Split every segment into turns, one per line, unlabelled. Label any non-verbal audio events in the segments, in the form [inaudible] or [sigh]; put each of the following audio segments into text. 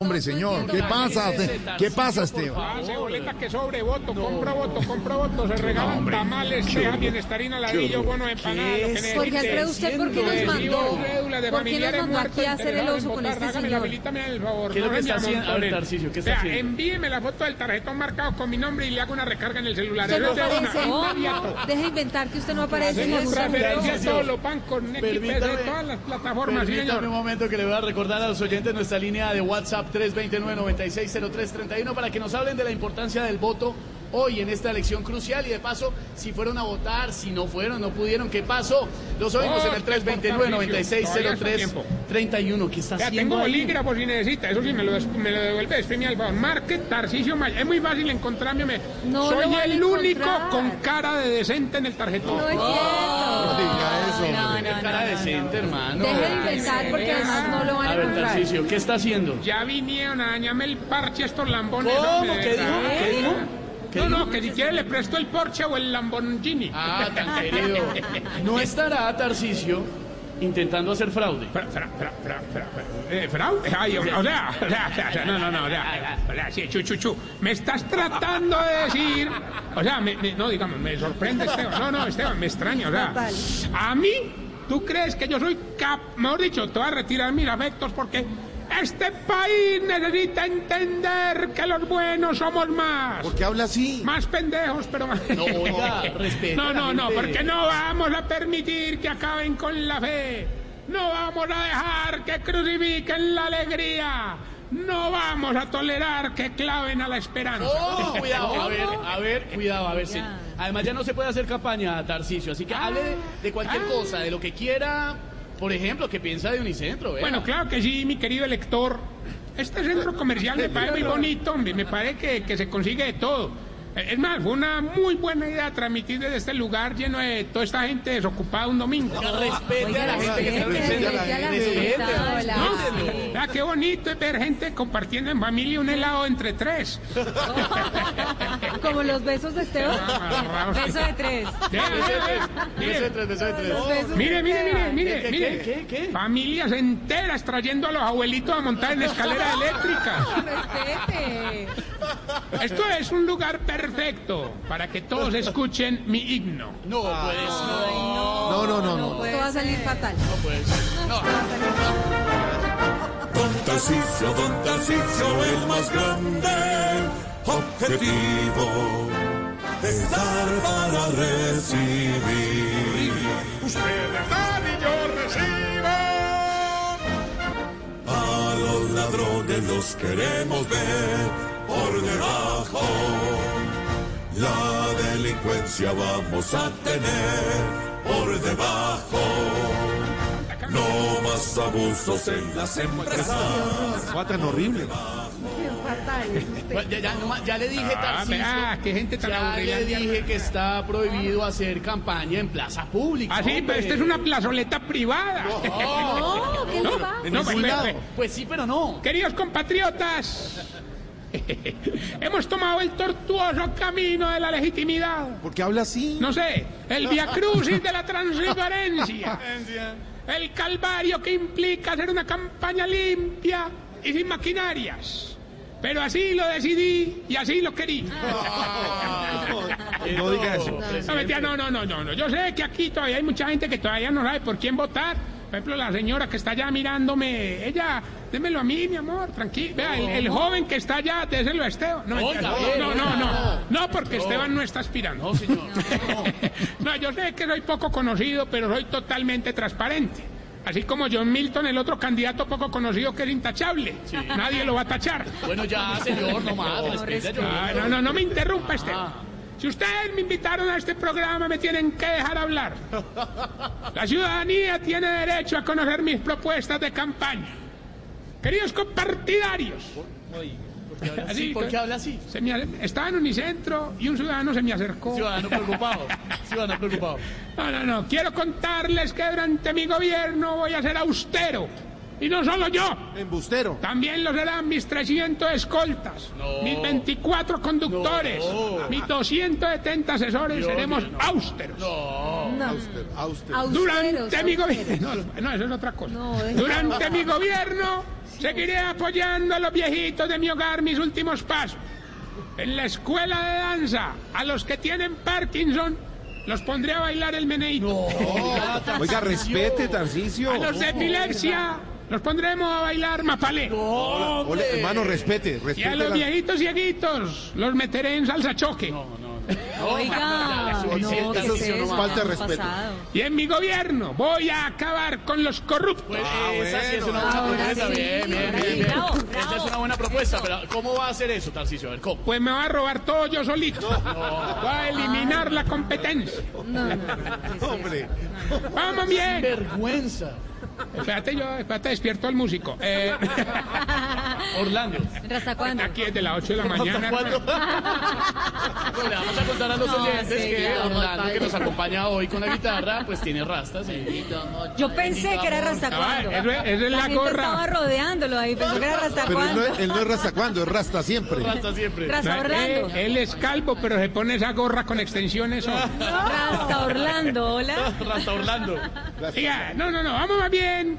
Hombre, señor, ¿qué pasa? Te- ¿Qué pasa, Esteban?
Pase Ah, boleta que sobre voto, compra voto, compra voto, se regalan tamales, ceja, bienestarina, ladrillo, bono, empanada, lo que necesite.
Porque Alfredo, ¿usted por qué nos
Recibo,
mandó?
cédula de
¿Por qué
familiares
nos mandó
muertos,
aquí a hacer el
interesados en
oso con
votar.
este
Hágame la
señor?
velita, me haga el favor.
¿Qué es lo
no se me
que está haciendo? A ver,
amontonen.
Tarcisio, ¿qué está
O sea,
haciendo?
envíeme la foto del tarjetón marcado con mi nombre y le hago una recarga en el celular.
Usted no
Eso es de una,
aparece.
inmediato.
Deja inventar que usted no aparece en
Hacemos
ningún
transferencia a
celular.
Tarcisio.
todos los bancos, NXPC,
Permítame.
todas las plataformas, sí,
Permítame un
señor.
momento que le voy a recordar a los oyentes nuestra línea de WhatsApp 329-960331 para que nos hablen de la importancia del voto hoy en esta elección crucial y de paso si fueron a votar, si no fueron, no pudieron, ¿qué pasó? Los oímos
Oh,
en el 329-960331. ¿Qué
Ya,
está
tengo
haciendo ahí?
bolígrafo si necesita, eso sí, me lo, des- me lo devuelve, stream al favor. Marque Tarcisio Maya, es muy fácil encontrarme. me-
No
Soy
lo van a
el único
encontrar.
con cara de decente en el tarjetón.
No es cierto.
Diga eso,
No,
hombre.
no, no.
Cara decente, hermano.
Deja de inventar porque además no lo van a
A ver,
encontrar.
Tarcicio, ¿qué está haciendo?
Ya vinieron a dañarme el parche estos lambones.
¿Cómo?
hombre, de
¿Qué dijo?
verdad.
¿Qué dijo? ¿Qué
no,
dijo?
no, que si quiere le presto el Porsche o el Lamborghini.
Ah,
[laughs]
tan querido. No estará Tarcicio intentando hacer fraude.
Fra- fra- fra- fra- fra- fra- eh, ¿Fraude? Ay, o, o sea, o sea, o sea, no, no, no, o sea, o sea, sí, chu, chu, chu. Me estás tratando de decir. O sea, me- me- no, digamos, me sorprende Esteban. No, no, Esteban, me extraña, o sea.
Total.
A mí, ¿tú crees que yo soy cap... Mejor dicho, te voy a retirar mis afectos porque este país necesita entender que los buenos somos más.
¿Por qué habla así?
Más pendejos, pero más...
No, oiga, respete
No,
a la
no, no,
gente.
porque no vamos a permitir que acaben con la fe. No vamos a dejar que crucifiquen la alegría. No vamos a tolerar que claven a la esperanza.
Oh, cuidado, a ver, a ver, cuidado, a ver si. Además ya no se puede hacer campaña, Tarcicio, así que hable de, de cualquier cosa, de lo que quiera, por ejemplo, que piensa de Unicentro, ¿eh?
Bueno, claro que sí, mi querido elector. Este centro comercial me parece muy bonito, hombre. Me parece que, que se consigue de todo. Eh, Es más, fue una muy buena idea transmitir desde este lugar lleno de toda esta gente desocupada un domingo.
Oiga, respete a la gente que está en
Respete,
Respete
Unicentro.
a la
respete a la
Respete,
mesa, hola.
respételo.
Ah, qué bonito es ver gente compartiendo en familia un helado entre tres.
Como los besos de Esteban. Beso de tres.
Ve, ve,
Beso de
ve, ve.
tres, beso de tres.
Los besos de
Mire, mire, mire,
Esteban.
mire,
¿Qué,
mire.
qué, qué, qué?
Familias enteras trayendo a los abuelitos a montar en escalera eléctrica.
Respete.
Esto es un lugar perfecto para que todos escuchen mi himno.
No, pues,
No,
no,
no, no, no.
Esto va a salir fatal.
pues.
Don Tarcisio, Don Tarcisio, el más grande objetivo es dar para recibir.
Ustedes dan y yo recibo.
A los ladrones los queremos ver por debajo. La delincuencia vamos a tener por debajo. No más abusos en las empresas.
Fue tan horrible.
Fatal.
Bueno, ya, ya, no, ya le dije,
Ah,
Tarcicio.
ah, qué gente tan
Ya
aburrida.
le dije que está prohibido hacer campaña en plaza pública.
Ah, sí, pero
hombre.
esta es una plazoleta privada.
No, ¿qué le pasa?
[laughs] No,
Pues,
pues,
cuidado.
pues,
Pues sí, pero no.
Queridos compatriotas, [laughs] hemos tomado el tortuoso camino de la legitimidad.
¿Por qué habla así?
No sé, el
[laughs]
viacrucis de la transparencia. El calvario que implica hacer una campaña limpia y sin maquinarias. Pero así lo decidí y así lo querí.
Ah.
No diga eso.
No, mentira, no, no, no, no, no. Yo sé que aquí todavía hay mucha gente que todavía no sabe por quién votar. Por ejemplo, la señora que está allá mirándome, ella, démelo a mí, mi amor, tranquilo. Vea, el, el joven que está allá, déselo a Esteban. No, mentira,
Oiga,
no, no, no, no, no, porque Esteban no está aspirando.
No, señor. [laughs]
No, yo sé que soy poco conocido, pero soy totalmente transparente. Así como John Milton, el otro candidato poco conocido que es intachable. Nadie lo va a tachar.
Bueno, ya, señor, no más. respete, yo-
Ah, no, no, no me interrumpa, este. Si ustedes me invitaron a este programa, me tienen que dejar hablar. La ciudadanía tiene derecho a conocer mis propuestas de campaña. Queridos compartidarios,
Sí,
Así,
¿Por
¿no?
qué habla así?
se me ale- estaba en Unicentro y un ciudadano se me acercó.
Ciudadano preocupado. Ciudadano preocupado.
No, no, no. Quiero contarles que durante mi gobierno voy a ser austero. Y no solo yo,
Embustero.
también lo serán mis 300 escoltas,
No.
mis 24 conductores,
No.
mis 270 asesores.
Dios
Seremos
mío, no.
austeros.
No.
Auster, auster.
Durante mi
gobierno.
gobierno. [laughs] No, no, eso es otra cosa.
No, es-
Durante mi gobierno seguiré apoyando a los viejitos de mi hogar mis últimos pasos. En la escuela de danza, a los que tienen Parkinson, los pondré a bailar el meneito.
Ah, Tarcisio.
Oiga, respete, Tarcicio.
A los de epilepsia, los pondremos a bailar mapalé.
No,
Ole,
hombre.
hermano, respete,
Y a
respete.
los
la-
viejitos cieguitos, los meteré en salsa choque.
Oiga, no, ¿qué
Eso
es
sí,
eso?
falta de
No,
respeto.
pasado.
Y en mi gobierno voy a acabar con los corruptos.
Pues,
Ah,
esa sí es una
Ah, bueno.
buena
Ahora
propuesta.
sí,
bien, bien,
ahora
bien,
sí,
bien.
bravo,
Esa es
bravo.
una buena propuesta, pero ¿cómo va a hacer eso, Tarcisio? A ver, ¿cómo?
Pues me va a robar todo yo solito. Voy a eliminar la competencia.
No, no, no, ¿qué es eso?
Hombre,
Vamos bien.
Vergüenza.
Espérate, yo, espérate, despierto al músico. Eh, [laughs]
Orlando.
¿Pero ¿Hasta cuándo?
aquí es de las 8 de la
¿Hasta
mañana.
cuándo?
hermano.
[laughs] Bueno, le vamos a contar a los
No,
oyentes
sí,
que
claro,
Orlando, que
padre.
nos acompaña hoy con la guitarra, pues tiene rastas. y-
Yo pensé que era Rastacuando.
Ah, eso es- eso es la
gente
gorra.
estaba rodeándolo ahí, pensó que era
pero él no,
Rastacuando.
es- él no es rasta cuando, es rasta siempre.
Rastas siempre.
Rasta Orlando.
Eh, él es calvo, pero se pone esa gorra con extensiones. hombre.
Rasta Orlando, hola.
Rasta Orlando.
Oiga, no, no, no, vamos más bien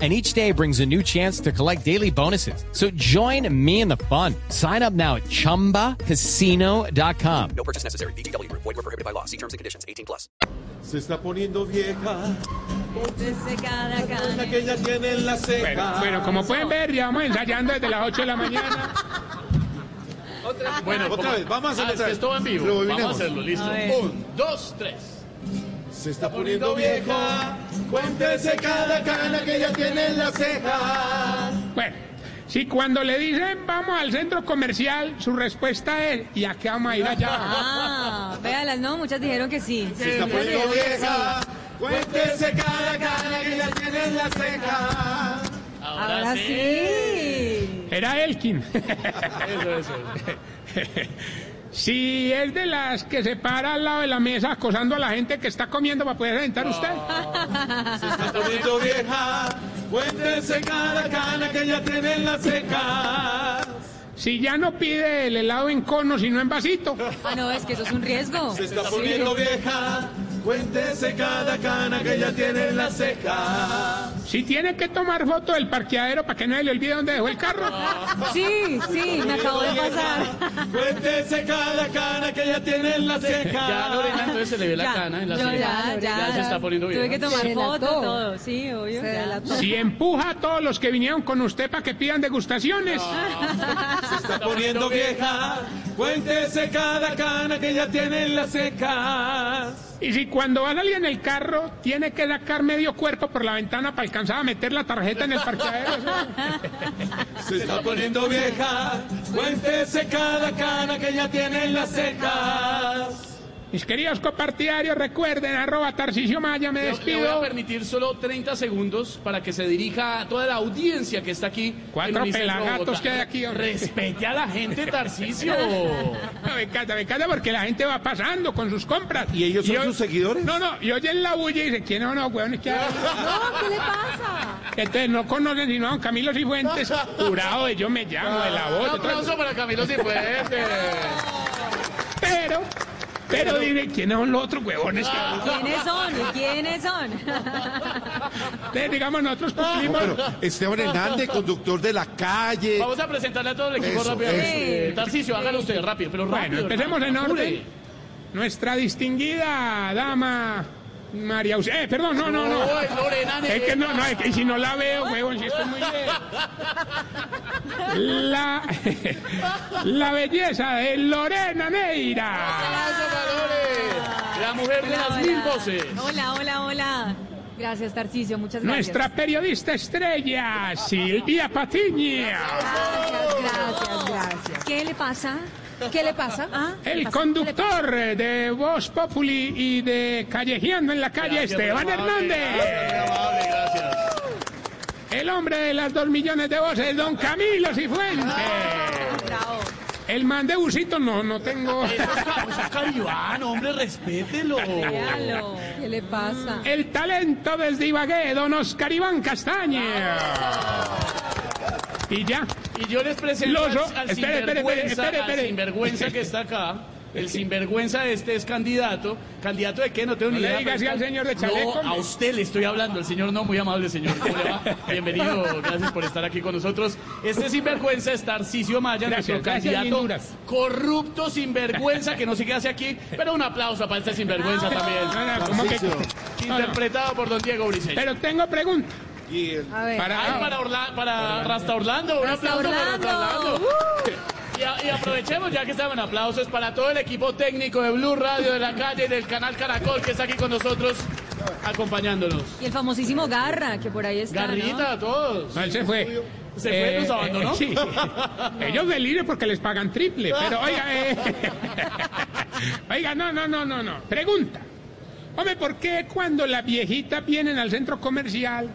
And each day brings a new chance to collect daily bonuses. So join me in the fun. Sign up now at chumbacasino.com.
Se está poniendo vieja,
Desde cada cana.
que ya tiene en la
Bueno, bueno, como pueden ver, ya vamos ensayando desde las 8 de la mañana.
Bueno,
Otra
¿cómo?
vez, vamos a hacerlo
Ah, es
otra
que
vez.
esto va en vivo. Vamos
Rebobinemos.
a hacerlo, listo.
A ver.
Un, dos, tres.
se está poniendo vieja. Cuéntese cada cana que ya tiene en la ceja.
Bueno, si cuando le dicen vamos al centro comercial, su respuesta es, ¿y a qué vamos a ir allá?
Ah, véalas, ¿no? Muchas dijeron que sí.
Se está poniendo vieja. Cuéntese cada cara que ya tiene en la ceja.
Ahora,
Ahora
sí.
sí.
Era Elkin. [laughs]
Eso, eso.
Si es de las que se para al lado de la mesa acosando a la gente que está comiendo para poder sentar usted.
Se está poniendo vieja. Cuéntese cada cana que ya tiene en la ceja.
Si ya no pide el helado en cono, sino en vasito.
Ah, no, es que eso es un riesgo.
Se está poniendo vieja. Cuéntese cada cana que ya tiene en la ceja.
Si tiene que tomar foto del parqueadero para que no se le olvide dónde dejó el carro.
Sí, sí, me acabo de pasar.
Cuéntese cada cana que ya tiene en la ceja.
Ya Lorena entonces se le ve la cana en la
yo
ceja.
Ah. ya, ya,
se está poniendo
Tuve que
bien.
tomar
Se
foto,
delató.
todo, sí, obvio.
Se
ya.
delató.
Si empuja a todos los que vinieron con usted para que pidan degustaciones.
Se está poniendo vieja. Cuéntese cada cana que ya tiene en la ceja.
Y si cuando va a salir en el carro, tiene que sacar medio cuerpo por la ventana para alcanzar a meter la tarjeta en el parqueadero.
Se está poniendo vieja. Cuéntese cada cana que ya tiene en la ceja.
Mis queridos copartidarios, recuerden, arroba Tarcicio Maya, me
Le voy a
despido.
permitir solo 30 segundos para que se dirija a toda la audiencia que está aquí.
Cuatro
en Unicentro
pelagatos
Bogotá.
que hay aquí, hombre.
Respete a la gente, Tarcicio.
No, me encanta, me encanta porque la gente va pasando con sus compras.
¿Y ellos son sus seguidores?
No, no, y oyen la bulla y dicen, ¿quiénes son los huevones que hay?
No, ¿qué le pasa?
Entonces no conocen sino a don Camilo Cifuentes, jurado de Yo Me Llamo, de la voz. de
Un
todo eso.
aplauso para Camilo Cifuentes.
Pero, pero dicen, ¿quiénes son los otros huevones que hay?
¿Quiénes son? ¿Y quiénes
[laughs]
son?
Entonces, digamos, nosotros
No,
cumplimos.
pero Esteban Hernández, conductor de la calle.
Vamos a presentarle a todo el equipo
Eso,
rápidamente.
eso.
Eh, Tarcicio, hágalo usted rápido, pero
Bueno,
rápido.
empecemos en
hermano, apure.
orden. Nuestra distinguida dama María Auxilio. Eh, perdón, no, no, no.
No, es Lorena
Es que no, no, es que si no la veo, huevón, si estoy muy bien. La, [laughs] la belleza de Lorena Neira.
¡Aplauso para Lore! La mujer de las mil voces.
Hola, hola, hola. Gracias, Tarcicio. Muchas gracias.
Nuestra periodista estrella, Silvia Patiña.
Gracias, gracias, gracias. ¿Qué le pasa? ¿Qué le pasa? Ah, ¿qué le
El
pasa?
conductor de Voz Populi y de Callejeando en la calle, Esteban
muy amable,
Hernández.
Muy amable, gracias.
El hombre de las dos millones de voces, don Camilo Cifuentes.
Bravo.
El man de busito, no, no tengo.
Eso es ca- eso es Caribán, hombre, respételo.
Véalo. ¿Qué le
Eh,
pasa?
El talento desde Ibagué, don Oscar Iván Castaña. Y ya.
Y yo les presento al,
Loso,
al
espere, espere,
sinvergüenza,
espere, espere.
al sinvergüenza que está acá. El sinvergüenza este es candidato. ¿Candidato de qué? No tengo
No
ni
le
idea.
diga
pero
así
está-
al señor de chaleco,
No, a
hombre.
usted le estoy hablando. El señor no, muy amable señor. ¿Cómo le va? Bienvenido, gracias por estar aquí con nosotros. Este sinvergüenza es Tarcisio Maya,
Gracias,
nuestro
gracias,
candidato
linduras.
corrupto sinvergüenza que no sé qué hace aquí. Pero un aplauso para este
Ah.
sinvergüenza también.
No, no, ¿cómo que- no, no.
Interpretado por don Diego Briseño.
Pero tengo pregunta.
A ver.
Ay,
Para,
para, Orla- para Rasta Ah. Orlando, un
Rasta
aplauso para Rasta
Orlando. Uh.
Orlando. Y, a- y aprovechemos ya que estaban aplausos para todo el equipo técnico de Blue Radio de la calle y del canal Caracol que está aquí con nosotros acompañándonos.
Y el famosísimo Garra, que por ahí está. ¿no?
Garrita a todos.
no, él se fue. Eh,
Se fue, nos
[laughs]
abandonó.
sí. Ellos deliren porque les pagan triple, pero oiga, eh, [laughs] oiga, no, no, no, no, no. Pregunta. Hombre, ¿por qué cuando las viejitas vienen al centro comercial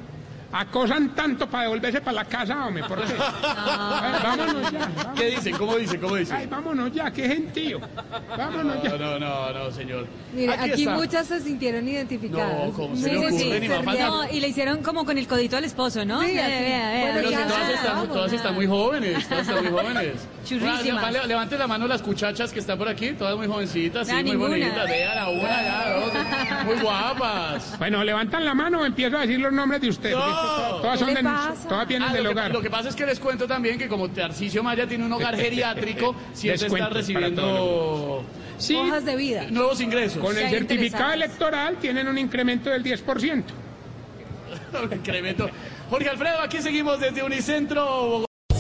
acosan tanto para devolverse para la casa, hombre? ¿Por qué?
Ah.
Eh, vámonos ya.
¿Qué dicen? ¿Cómo dicen? ¿Cómo dicen?
Ay, vámonos ya, qué gentío. Vámonos ya.
No, no, no, no, señor.
Mire, aquí,
está.
muchas se sintieron identificadas.
No, ¿cómo
Sí,
se le
sí,
ocurre?
sí.
Ni más falta.
No, y le hicieron como con el codito al esposo, ¿no?
Sí,
Vea,
así.
vea, vea,
Bueno,
Pero si
vea.
ya,
todas
ya,
están, todas están muy jóvenes, todas están muy jóvenes.
Churrísimas.
Vale, vale, levante la mano las cuchachas que están por aquí, todas muy jovencitas, sí,
Vea,
muy
ninguna.
bonitas. Vean a una, ya, dos, muy guapas.
Bueno, levantan la mano o empiezo a decir los nombres de ustedes. porque to-
No.
Todas,
¿Qué
son
le
del-
pasa?
todas vienen
Ah,
del
lo, que,
hogar.
lo que pasa es que les cuento también que como Tarcisio Maya tiene un
[laughs]
hogar geriátrico, siempre está
Descuentos para
recibiendo
Sí,
Hojas de vida.
nuevos ingresos.
con
[laughs]
Sí,
el
hay
certificado
interesados.
electoral tienen un incremento del 10%.
Un incremento. Jorge Alfredo, aquí seguimos desde Unicentro. Bogotá.